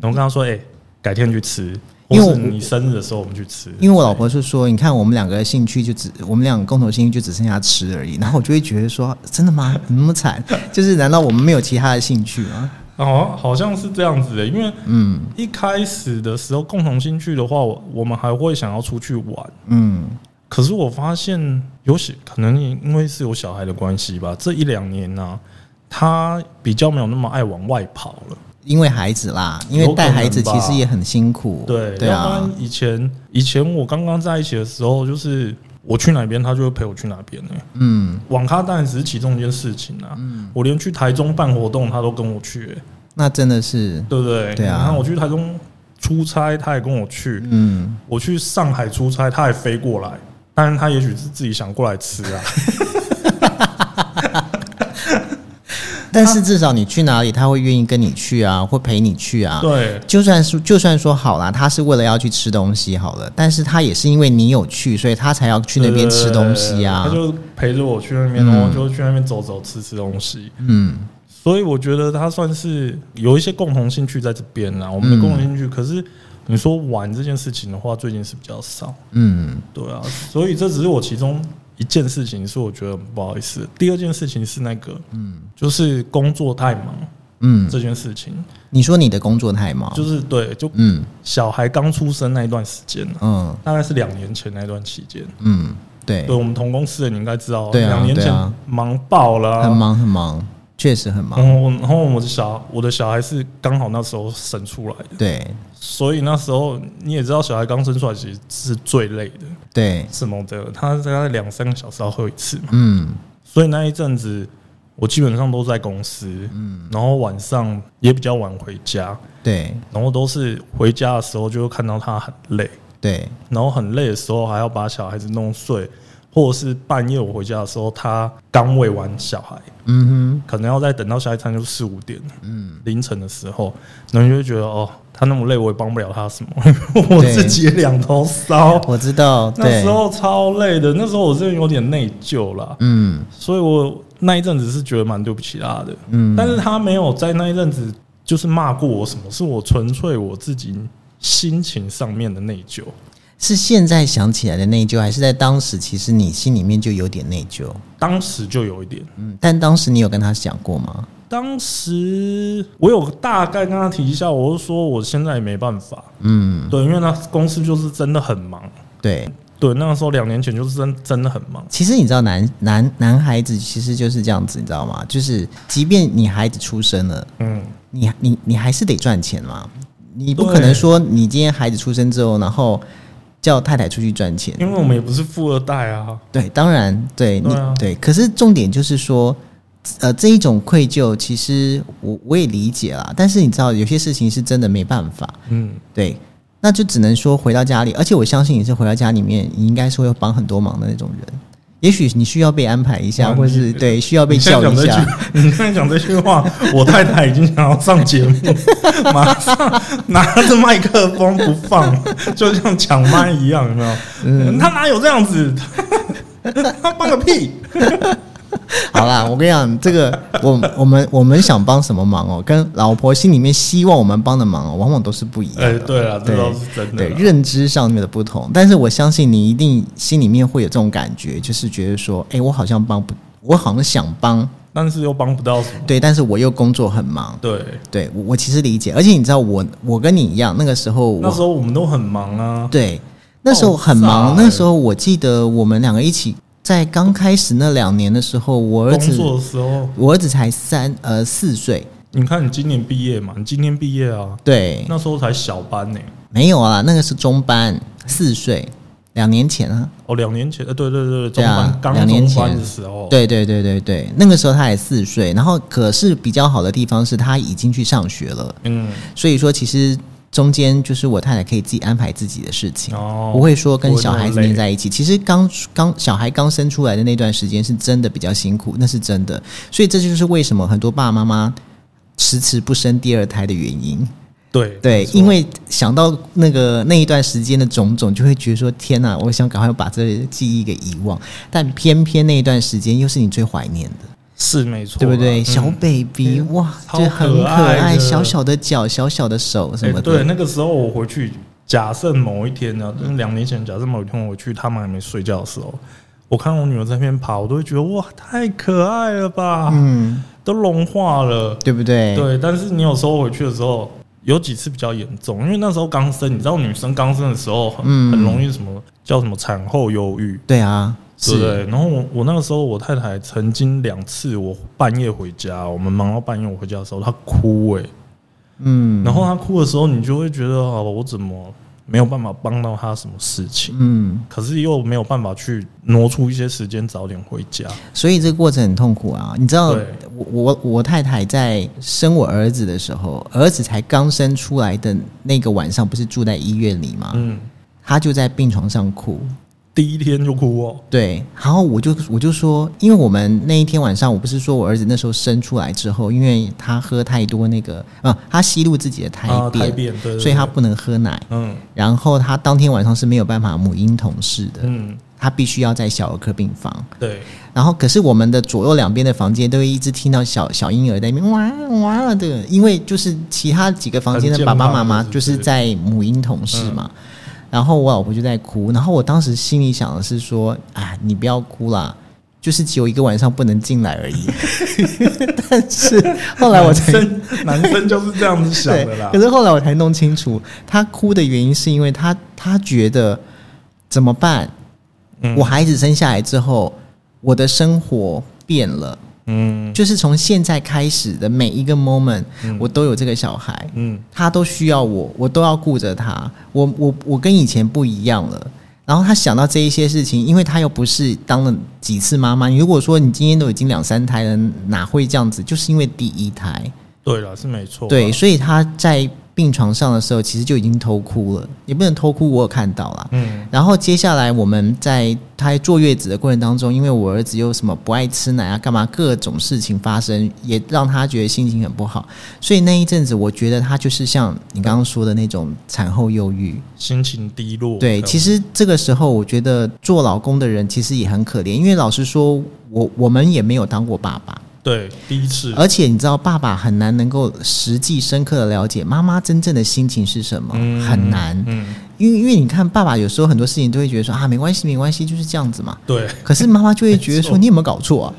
Speaker 2: 然后跟他说，哎、改天去吃，
Speaker 1: 因为
Speaker 2: 或
Speaker 1: 我
Speaker 2: 是你生日的时候我们去吃，
Speaker 1: 因为我老婆是说，你看我们两个兴趣就只我们两个共同兴趣就只剩下吃而已，然后我就会觉得说，真的吗？怎么那么惨？ 就是难道我们没有其他的兴趣吗？
Speaker 2: 哦，好像是这样子的，因为
Speaker 1: 嗯
Speaker 2: 一开始的时候共同兴趣的话，我我们还会想要出去玩。
Speaker 1: 嗯
Speaker 2: 可是我发现有些可能因为是有小孩的关系吧，这一两年呢、他比较没有那么爱往外跑了。
Speaker 1: 因为孩子啦，因为带孩子其实也很辛苦，
Speaker 2: 对，
Speaker 1: 对
Speaker 2: 要不
Speaker 1: 啊，
Speaker 2: 然以前以前我刚刚在一起的时候，就是我去哪边，他就会陪我去哪边呢、欸
Speaker 1: 嗯，
Speaker 2: 网咖当然只是其中一件事情啊，我连去台中办活动，他都跟我去、欸
Speaker 1: 那真的是，
Speaker 2: 对不对？
Speaker 1: 对啊
Speaker 2: 然后我去台中出差，他也跟我去；
Speaker 1: 嗯，
Speaker 2: 我去上海出差，他也飞过来。当然，他也许是自己想过来吃 啊。
Speaker 1: 但是至少你去哪里，他会愿意跟你去啊，或陪你去啊。
Speaker 2: 对，
Speaker 1: 就算是就算说好啦，他是为了要去吃东西好了，但是他也是因为你有去，所以他才要去那边吃东西啊。
Speaker 2: 对对对对对呃他就陪着我去那边，然后就去那边走走吃吃东西。
Speaker 1: 嗯
Speaker 2: 所以我觉得他算是有一些共同兴趣在这边啦，我们
Speaker 1: 嗯
Speaker 2: 的共同兴趣。可是你说玩这件事情的话，最近是比较少，
Speaker 1: 嗯，
Speaker 2: 对啊。所以这只是我其中一件事情，是我觉得很不好意思的。第二件事情是那个，嗯，就是工作太忙
Speaker 1: 嗯，哦
Speaker 2: 这件事情，
Speaker 1: 你说你的工作太忙，
Speaker 2: 就是对，就
Speaker 1: 嗯
Speaker 2: 小孩刚出生那一段时间啊
Speaker 1: 嗯
Speaker 2: 大概是两年前那段期间。
Speaker 1: 嗯，对
Speaker 2: 对，我们同公司的你应该知道，
Speaker 1: 对啊
Speaker 2: 两年
Speaker 1: 对
Speaker 2: 前
Speaker 1: 啊
Speaker 2: 忙爆了啊、嗯
Speaker 1: 很忙很忙，确实很忙。
Speaker 2: 然后我，然后我的小我的小孩是刚好那时候生出来的，
Speaker 1: 对
Speaker 2: 所以那时候你也知道，小孩刚生出来其实是最累的，
Speaker 1: 对，
Speaker 2: 什么的，他大概两三个小时要喝一次嘛。
Speaker 1: 嗯
Speaker 2: 所以那一阵子我基本上都在公司，嗯，然后晚上也比较晚回家，
Speaker 1: 对
Speaker 2: 然后都是回家的时候就会看到他很累，
Speaker 1: 对，
Speaker 2: 然后很累的时候还要把小孩子弄睡，或者是半夜我回家的时候，他刚喂完小孩，
Speaker 1: 嗯
Speaker 2: 可能要再等到下一餐就四五点，嗯，凌晨的时候，然后你就会觉得哦，他那么累，我也帮不了他什么， 我自己也两头烧
Speaker 1: 哼，，我知道，
Speaker 2: 那
Speaker 1: 对
Speaker 2: 时，候超累的，那时候我真的有点内疚啦，
Speaker 1: 嗯
Speaker 2: 所以我那一阵子是觉得蛮对不起他的，
Speaker 1: 嗯，
Speaker 2: 但是他没有在那一阵子就是骂过我什么，是我纯粹我自己心情上面的内疚。
Speaker 1: 是现在想起来的内疚，还是在当时其实你心里面就有点内疚？
Speaker 2: 当时就有一点，
Speaker 1: 嗯，但当时你有跟他讲过吗？
Speaker 2: 当时我有大概跟他提一下，我就说我现在也没办法，
Speaker 1: 嗯，
Speaker 2: 对，因为那公司就是真的很忙，
Speaker 1: 对。
Speaker 2: 对，那个时候两年前就是真真的很忙，
Speaker 1: 其实你知道男，男男孩子其实就是这样子，你知道吗？就是即便你孩子出生了，
Speaker 2: 嗯，
Speaker 1: 你你你还是得赚钱嘛。你不
Speaker 2: 对
Speaker 1: 可能说你今天孩子出生之后，然后叫太太出去赚钱。
Speaker 2: 因为我们也不是富二代啊，
Speaker 1: 对，当然，对你
Speaker 2: 嗯对啊
Speaker 1: 对。可是重点就是说，呃，这一种愧疚，其实我我也理解啦。但是你知道，有些事情是真的没办法。
Speaker 2: 嗯，
Speaker 1: 对，那就只能说回到家里，而且我相信你是回到家里面，你应该是会帮很多忙的那种人。也许你需要被安排一下，
Speaker 2: 哇
Speaker 1: 或
Speaker 2: 你
Speaker 1: 是对需要被
Speaker 2: 你现在
Speaker 1: 叫
Speaker 2: 讲
Speaker 1: 一
Speaker 2: 这句
Speaker 1: 下。，
Speaker 2: 你现在讲这句话，我太太已经想要上节目，马上拿着麦克风不放，就像抢麦一样，有没有？
Speaker 1: 嗯
Speaker 2: 嗯他哪有这样子？ 他放 个屁！
Speaker 1: 好啦，我跟你讲，这个我我们我们想帮什么忙哦，跟老婆心里面希望我们帮的忙哦，往往都是不一样
Speaker 2: 哎、
Speaker 1: 的。
Speaker 2: 对了，这倒是真的
Speaker 1: 对
Speaker 2: 啦。
Speaker 1: 认知上面的不同，但是我相信你一定心里面会有这种感觉，就是觉得说，哎、我好像帮不，我好像想帮，
Speaker 2: 但是又帮不到什么。
Speaker 1: 对，但是我又工作很忙，
Speaker 2: 对，
Speaker 1: 对我我其实理解，而且你知道我我跟你一样，那个时候我
Speaker 2: 那时候我们都很忙啊。
Speaker 1: 对，那时候很忙。
Speaker 2: 爆炸欸
Speaker 1: 那时候我记得我们两个一起在刚开始那两年的时候，我儿
Speaker 2: 工
Speaker 1: 子
Speaker 2: 作的时候，
Speaker 1: 我儿子才三呃四岁，
Speaker 2: 你看你今年毕业嘛？你今天毕业啊？
Speaker 1: 对，
Speaker 2: 那时候才小班呢、
Speaker 1: 没有啊，那个是中班，四岁，两年前啊，
Speaker 2: 哦，两年前，呃，对对对，中
Speaker 1: 对啊
Speaker 2: 班刚
Speaker 1: 两年
Speaker 2: 中
Speaker 1: 前
Speaker 2: 班的时候，
Speaker 1: 对对对对对，那个时候他才四岁，然后可是比较好的地方是他已经去上学了，
Speaker 2: 嗯，
Speaker 1: 所以说其实中间就是我太太可以自己安排自己的事情。
Speaker 2: 哦，
Speaker 1: 不会说跟
Speaker 2: 不会
Speaker 1: 小
Speaker 2: 那么
Speaker 1: 孩子
Speaker 2: 累
Speaker 1: 黏在一起。其实刚刚小孩刚生出来的那段时间是真的比较辛苦，那是真的。所以这就是为什么很多爸爸妈妈迟迟不生第二胎的原因。
Speaker 2: 对
Speaker 1: 对
Speaker 2: 没，错
Speaker 1: 因为想到那个那一段时间的种种，就会觉得说天哪、我想赶快把这记忆给遗忘。但偏偏那一段时间又是你最怀念的。
Speaker 2: 是没错啦，
Speaker 1: 对不对？小
Speaker 2: 嗯
Speaker 1: baby，、哇，
Speaker 2: 超
Speaker 1: 就很
Speaker 2: 可爱
Speaker 1: 爱，
Speaker 2: 的
Speaker 1: 小小的脚，小小的手什
Speaker 2: 哎
Speaker 1: 么的。
Speaker 2: 对，那个时候我回去假设某一天呢、就是两年前，假设某一天我去他们还没睡觉的时候，我看我女儿在那边爬，我都会觉得哇，太可爱了吧，
Speaker 1: 嗯，
Speaker 2: 都融化了。
Speaker 1: 对不对？
Speaker 2: 对，但是你有时候回去的时候，有几次比较严重，因为那时候刚生，你知道女生刚生的时候很、
Speaker 1: 嗯
Speaker 2: 很容易什么叫什么产后忧郁，
Speaker 1: 对啊，
Speaker 2: 对不
Speaker 1: 是，
Speaker 2: 对？然后我我那个时候我太太曾经两次我半夜回家，我们忙到半夜我回家的时候，她哭哎、
Speaker 1: 嗯，
Speaker 2: 然后她哭的时候，你就会觉得啊，我怎么没有办法帮到她什么事情？
Speaker 1: 嗯，
Speaker 2: 可是又没有办法去挪出一些时间早点回家，
Speaker 1: 所以这个过程很痛苦啊。你知道
Speaker 2: 对，
Speaker 1: 我我我太太在生我儿子的时候，儿子才刚生出来的那个晚上，不是住在医院里吗？
Speaker 2: 嗯，
Speaker 1: 他就在病床上哭。
Speaker 2: 第一天就哭哦，
Speaker 1: 对，然后我就我就说，因为我们那一天晚上，我不是说我儿子那时候生出来之后，因为他喝太多那个，啊，他吸入自己的胎
Speaker 2: 啊，
Speaker 1: 便，
Speaker 2: 胎便，对对
Speaker 1: 所以他
Speaker 2: 对
Speaker 1: 不能喝奶。
Speaker 2: 嗯
Speaker 1: 然后他当天晚上是没有办法母婴同室的，
Speaker 2: 嗯，
Speaker 1: 他必须要在小儿科病房。
Speaker 2: 对。
Speaker 1: 然后可是我们的左右两边的房间都会一直听到小小婴儿在那边哇哇的，因为就是其他几个房间的
Speaker 2: 很
Speaker 1: 爸
Speaker 2: 健
Speaker 1: 爸
Speaker 2: 忘
Speaker 1: 妈妈
Speaker 2: 是不
Speaker 1: 就是
Speaker 2: 是
Speaker 1: 在母婴同室嘛。嗯然后我老婆就在哭，然后我当时心里想的是说，啊，你不要哭啦。就是只有一个晚上不能进来 而已，但是后来我 才
Speaker 2: 男生 男生就是这样子想
Speaker 1: 对，
Speaker 2: 的啦
Speaker 1: 可。是后来我才弄清楚，他哭的原因是因为他他觉得怎么办？
Speaker 2: 嗯
Speaker 1: 我孩子生下来之后，我的生活变了，
Speaker 2: 嗯
Speaker 1: 就是从现在开始的每一个 moment，、我都有这个小孩，
Speaker 2: 嗯
Speaker 1: 他都需要我，我都要顾着他。我我我跟以前不一样了。然后他想到这一些事情，因为他又不是当了几次妈妈。如果说你今天都已经两三胎了，哪会这样子？就是因为第一胎，
Speaker 2: 对了，是没错啊。
Speaker 1: 对，所以他在病床上的时候，其实就已经偷哭了，也不能偷哭，我有看到啦。
Speaker 2: 嗯
Speaker 1: 然后接下来我们在他坐月子的过程当中，因为我儿子又什么不爱吃奶啊，干嘛各种事情发生，也让他觉得心情很不好。所以那一阵子，我觉得他就是像你刚刚说的那种产后忧郁。
Speaker 2: 心情低落。
Speaker 1: 对，其实这个时候，我觉得做老公的人其实也很可怜，因为老实说，我我们也没有当过爸爸。
Speaker 2: 对第一次，
Speaker 1: 而且你知道，爸爸很难能够实际深刻的了解妈妈真正的心情是什么，
Speaker 2: 嗯
Speaker 1: 很难。
Speaker 2: 嗯，
Speaker 1: 因为因为你看，爸爸有时候很多事情都会觉得说啊，没关系，没关系，就是这样子嘛。
Speaker 2: 对
Speaker 1: 可是妈妈就会觉得
Speaker 2: 没
Speaker 1: 说，
Speaker 2: 错
Speaker 1: 你有没有搞 错啊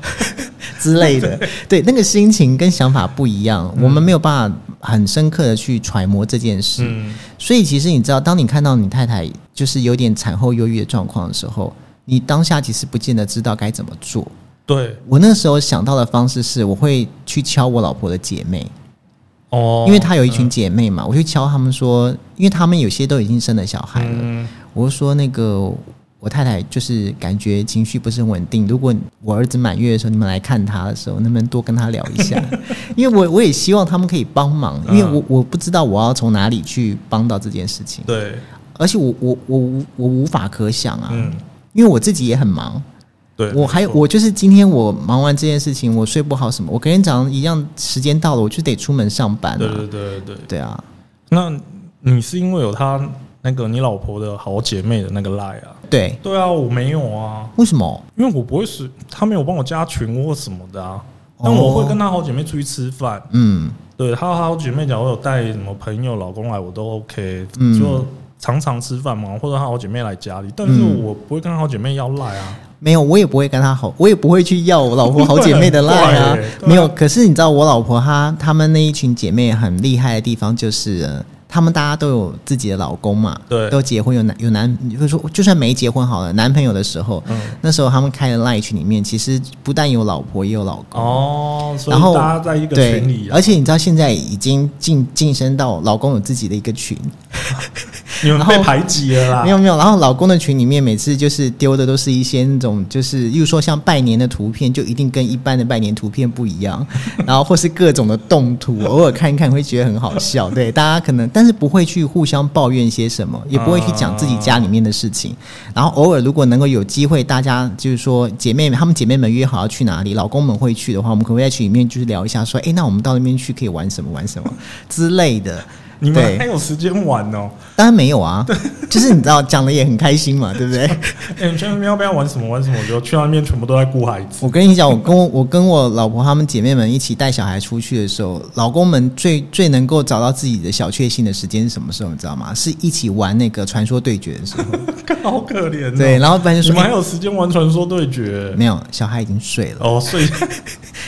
Speaker 1: 之类的？对，那个心情跟想法不一样，
Speaker 2: 嗯
Speaker 1: 我们没有办法很深刻的去揣摩这件事。
Speaker 2: 嗯
Speaker 1: 所以其实你知道，当你看到你太太就是有点产后忧郁的状况的时候，你当下其实不见得知道该怎么做。
Speaker 2: 对
Speaker 1: 我那时候想到的方式是，我会去敲我老婆的姐妹，
Speaker 2: 哦，
Speaker 1: 因为她有一群姐妹嘛，我去敲她们说，因为她们有些都已经生了小孩了，
Speaker 2: 嗯
Speaker 1: 我就说那个我太太就是感觉情绪不是很稳定，如果我儿子满月的时候你们来看她的时候，能不能多跟她聊一 下？因为我我也希望他们可以帮忙，因为
Speaker 2: 嗯
Speaker 1: 我我不知道我要从哪里去帮到这件事情，
Speaker 2: 对
Speaker 1: 而且我我我无我无法可想啊，
Speaker 2: 嗯
Speaker 1: 因为我自己也很忙，
Speaker 2: 对，
Speaker 1: 我还
Speaker 2: 没错
Speaker 1: 我就是今天我忙完这件事情，我睡不好什么，我跟人早上一样时间到了，我就得出门上班
Speaker 2: 对
Speaker 1: 啊
Speaker 2: 对。对对对。
Speaker 1: 对啊，
Speaker 2: 那你是因为有她那个你老婆的好姐妹的那个赖啊？
Speaker 1: 对，
Speaker 2: 对啊，我没有啊，
Speaker 1: 为什么？
Speaker 2: 因为我不会是她没有帮我加群或什么的啊。
Speaker 1: 哦
Speaker 2: 但我会跟她好姐妹出去吃饭，
Speaker 1: 嗯
Speaker 2: 对她好姐妹，假如有带什么朋友、老公来，我都 OK，、
Speaker 1: 嗯
Speaker 2: 就常常吃饭嘛，或者她好姐妹来家里，但是
Speaker 1: 嗯
Speaker 2: 我不会跟她好姐妹要赖啊。
Speaker 1: 没有，我也不会跟她好，我也不会去要我老婆好姐妹的赖啊
Speaker 2: 很怪欸 对。啊
Speaker 1: 没有，可是你知道我老婆她她们那一群姐妹很厉害的地方就是。呃她们大家都有自己的老公嘛，
Speaker 2: 对
Speaker 1: 都结婚有男有男，就是说就算没结婚好了，男朋友的时候，
Speaker 2: 嗯，
Speaker 1: 那时候他们开的赖群里面，其实不但有老婆也有老公
Speaker 2: 哦，所以
Speaker 1: 然后
Speaker 2: 大家在一个
Speaker 1: 对哎
Speaker 2: 群里、，啊，
Speaker 1: 而且你知道现在已经晋晋升到老公有自己的一个群，
Speaker 2: 你们
Speaker 1: 然后
Speaker 2: 被排挤了啦。
Speaker 1: 没有没有，然后老公的群里面每次就是丢的都是一些那种，就是例如说像拜年的图片，就一定跟一般的拜年图片不一样， 然后或是各种的动图，偶尔看一看会觉得很好笑，对，大家可能但是不会去互相抱怨些什么，也不会去讲自己家里面的事情，然后偶尔如果能够有机会，大家就是说姐妹们，她们姐妹们约好要去哪里，老公们会去的话，我们可不可以在群里面就是聊一下，说，哎，那我们到那边去可以玩什么玩什么之类的。
Speaker 2: 你
Speaker 1: 对
Speaker 2: 们还有时间玩哦？
Speaker 1: 当然没有啊，就是你知道讲的也很开心嘛，对不对？
Speaker 2: 哎、你去那边要不要玩什么玩什么？我就去那边全部都在顾孩子。
Speaker 1: 我跟你讲，我跟我我跟我老婆她们姐妹们一起带小孩出去的时候，老公们最最能够找到自己的小确幸的时间是什么时候？你知道吗？是一起玩那个传说对决的时 候。
Speaker 2: 好可怜、哦。
Speaker 1: 对，，然后不然就
Speaker 2: 你
Speaker 1: 说
Speaker 2: 们还有时间玩传说对决
Speaker 1: 哎？没有，小孩已经睡了，
Speaker 2: 哦，所以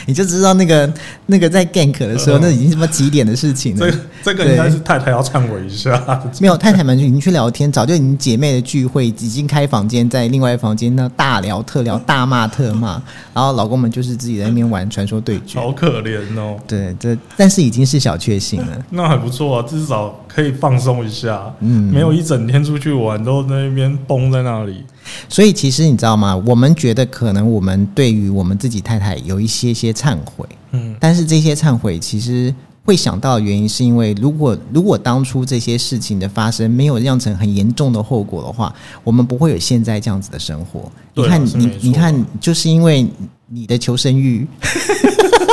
Speaker 1: 你就知道那个那个在 gank 的时候，
Speaker 2: 嗯
Speaker 1: 那已经什么几点的事情
Speaker 2: 这
Speaker 1: 了
Speaker 2: 个。这个应该是太太要忏悔一下。
Speaker 1: 没有，太太们已经去聊天，早就已经姐妹的聚会，已经开房间，在另外一房间那大聊特 聊，大骂特骂，然后老公们就是自己在那边玩传说对决。
Speaker 2: 好可怜哦。
Speaker 1: 对，这但是已经是小确幸了。
Speaker 2: 那还不错啊，至少可以放松一下。
Speaker 1: 嗯
Speaker 2: 没有一整天出去玩都在那边崩在那里。
Speaker 1: 所以其实你知道吗？我们觉得可能我们对于我们自己太太有一些些忏悔，
Speaker 2: 嗯，
Speaker 1: 但是这些忏悔其实会想到的原因，是因为如果如果当初这些事情的发生没有酿成很严重的后果的话，我们不会有现在这样子的生活。你
Speaker 2: 对啊
Speaker 1: 看，
Speaker 2: 是
Speaker 1: 你
Speaker 2: 没错
Speaker 1: 你看，就是因为你的求生欲，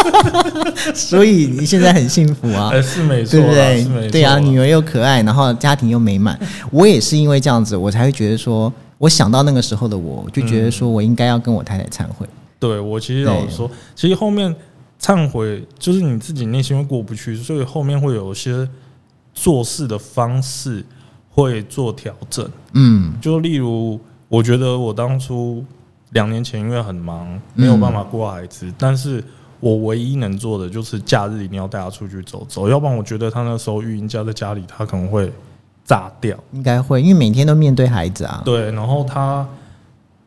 Speaker 1: 所以你现在很幸福啊
Speaker 2: 哎、。是没错
Speaker 1: 对
Speaker 2: 啦，
Speaker 1: 不
Speaker 2: 是没错
Speaker 1: 对？
Speaker 2: 啦。
Speaker 1: 对啊，女儿又可爱，然后家庭又美满。我也是因为这样子，我才会觉得说，我想到那个时候的我，我就觉
Speaker 2: 嗯
Speaker 1: 得说我应该要跟我太太忏悔。
Speaker 2: 对我其实老实说，其实后面忏悔就是你自己内心会过不去，所以后面会有一些做事的方式会做调整。
Speaker 1: 嗯
Speaker 2: 就例如，我觉得我当初两年前因为很忙，没有办法顾孩子，
Speaker 1: 嗯
Speaker 2: 但是我唯一能做的就是假日一定要带他出去走走，要不然我觉得他那时候育婴假在家里，他可能会炸掉。
Speaker 1: 应该会，因为每天都面对孩子啊。
Speaker 2: 对，然后他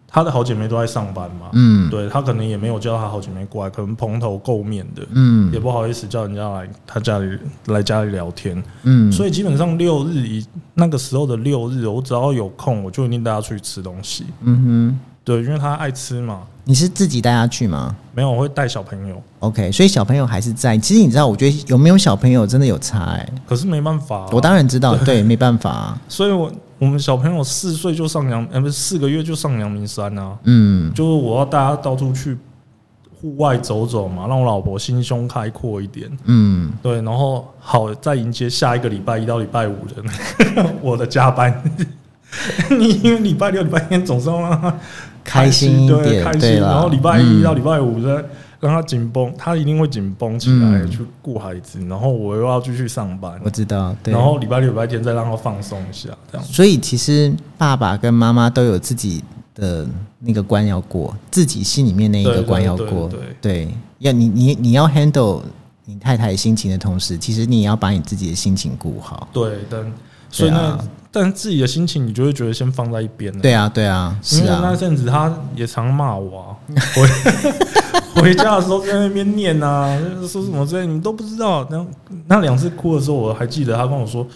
Speaker 2: 他的好姐妹都在上班嘛，
Speaker 1: 嗯
Speaker 2: 对他可能也没有叫他好姐妹过来，可能蓬头垢面的，也
Speaker 1: 嗯
Speaker 2: 不好意思叫人家来他家里来家里聊天，
Speaker 1: 嗯，
Speaker 2: 所以基本上六日一那个时候的六日，我只要有空，我就一定带他出去吃东西。
Speaker 1: 嗯
Speaker 2: 对，因为他爱吃嘛。
Speaker 1: 哼，你是自己带他去吗
Speaker 2: 没有，我会带小朋友，
Speaker 1: ？OK，所以小朋友还是在。其实你知道，我觉得有没有小朋友真的有差哎、
Speaker 2: 可是没办法啊、
Speaker 1: 我当然知道，对，没办法、啊。
Speaker 2: 所以我我们小朋友四岁就上阳，呃，不是四个月就上阳明山啊，
Speaker 1: 嗯
Speaker 2: 就是我要带他到处去户外走走嘛，让我老婆心胸开阔一点。
Speaker 1: 嗯，
Speaker 2: 对，然后好再迎接下一个礼拜一到礼拜五的 那个我的加班。 你因为礼拜六、礼拜天总是要让他
Speaker 1: 开心一
Speaker 2: 对，
Speaker 1: 点，
Speaker 2: 开
Speaker 1: 对
Speaker 2: 心。
Speaker 1: 啦
Speaker 2: 然后礼拜一
Speaker 1: 嗯
Speaker 2: 到礼拜五呢，让他紧绷，他一定会紧绷起来
Speaker 1: 嗯
Speaker 2: 去顾孩子，然后我又要继续上班
Speaker 1: 我，知道，对。
Speaker 2: 然后礼拜六、礼拜天再让他放松一下，这样。
Speaker 1: 所以其实爸爸跟妈妈都有自己的那个关要过，自己心里面那一个关要过。
Speaker 2: 对对对
Speaker 1: 对要你你你要 handle 你太太心情的同时，其实你也要把你自己的心情顾好。
Speaker 2: 对，但所以呢
Speaker 1: 啊，
Speaker 2: 但自己的心情你就会觉得先放在一边了。
Speaker 1: 对啊，对啊，
Speaker 2: 因
Speaker 1: 是
Speaker 2: 为嗯那
Speaker 1: 啊，
Speaker 2: 阵子他也常骂我、啊，回 回家的时候在那边念啊，说什么之类，你都不知道。然后那两次哭的时候，我还记得他跟我说，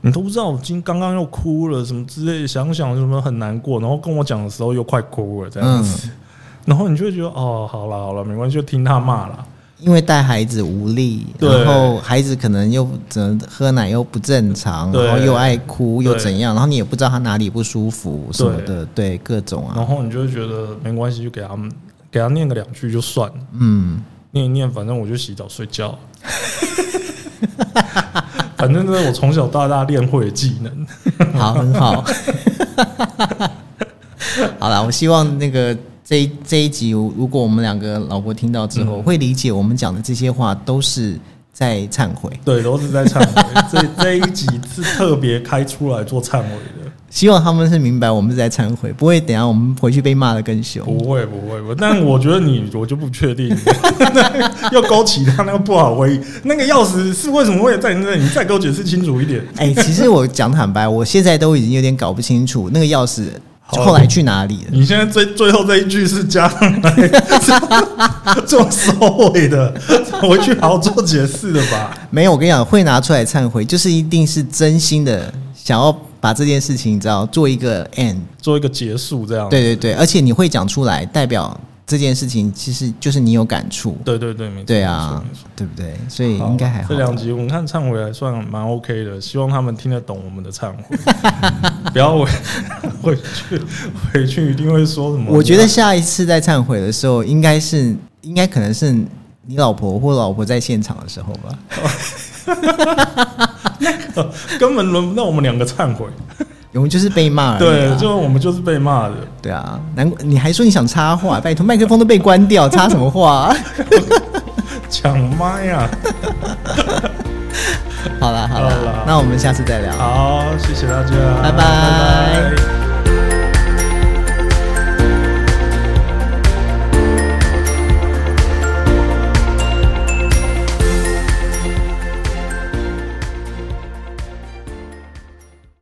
Speaker 2: 你都不知道我今刚刚又哭了什么之类的，想想什么很难过，然后跟我讲的时候又快哭了这样
Speaker 1: 嗯
Speaker 2: 子。然后你就会觉得哦，好了好了，没关系，就听他骂了。
Speaker 1: 因为带孩子无力，
Speaker 2: 对
Speaker 1: 然后孩子可能又只能喝奶又不正常，
Speaker 2: 对
Speaker 1: 然后又爱哭又
Speaker 2: 对
Speaker 1: 怎样，然后你也不知道他哪里不舒服什么的，对各种
Speaker 2: 然
Speaker 1: 啊，
Speaker 2: 后你就会觉得没关系，就给他们给他念个两句就算了。
Speaker 1: 嗯，
Speaker 2: 念一念，反正我就洗澡睡觉。 反正呢，我从小到大练会的技能。
Speaker 1: 好，很 好。好啦，我希望那个这一这一集，如果我们两个老婆听到之后，
Speaker 2: 嗯
Speaker 1: 会理解我们讲的这些话都是在忏悔。
Speaker 2: 对，都是在忏悔。这这一集是特别开出来做忏悔的，
Speaker 1: 希望他们是明白我们是在忏悔，不会等一下我们回去被骂的更
Speaker 2: 不
Speaker 1: 凶。
Speaker 2: 会不会不会。但我觉得你，我就不确定， 又勾起他那个不好回忆。那个钥匙是为什么会在你那里？你再给我解释清楚一点。
Speaker 1: 哎、其实我讲坦白，我现在都已经有点搞不清楚那个钥匙
Speaker 2: 好
Speaker 1: 后来去哪里了。
Speaker 2: 你现在最最后这一句是加上来 是做收尾的，回去好好做解释的吧。
Speaker 1: 没有，我跟你讲，会拿出来忏悔，就是一定是真心的想要把这件事情，你知道，做一个 end。
Speaker 2: 做一个结束，这样
Speaker 1: 对对对，而且你会讲出来，代表这件事情其实就是你有感触，
Speaker 2: 对对对，没错，
Speaker 1: 对啊
Speaker 2: 没错，
Speaker 1: 对不对？所以应该还好
Speaker 2: 这。两集我们看忏悔还算蛮 OK 的，希望他们听得懂我们的忏悔， 不要回回去回去一定会说什么。
Speaker 1: 我觉得下一次在忏悔的时候，应该是应该可能是你老婆或老婆在现场的时候吧。
Speaker 2: 根本轮不到我们两个忏悔。
Speaker 1: 我们就是被骂而已
Speaker 2: 对，
Speaker 1: 啊、
Speaker 2: 就是我们就是被骂的。
Speaker 1: 对啊，难怪你还说你想插话，拜托，麦克风都被关掉，插什么话、
Speaker 2: 抢麦啊！
Speaker 1: 好啦好啦，
Speaker 2: 好啦
Speaker 1: 那我们下次再聊。
Speaker 2: 好，谢谢大家，
Speaker 1: 拜拜
Speaker 2: 拜拜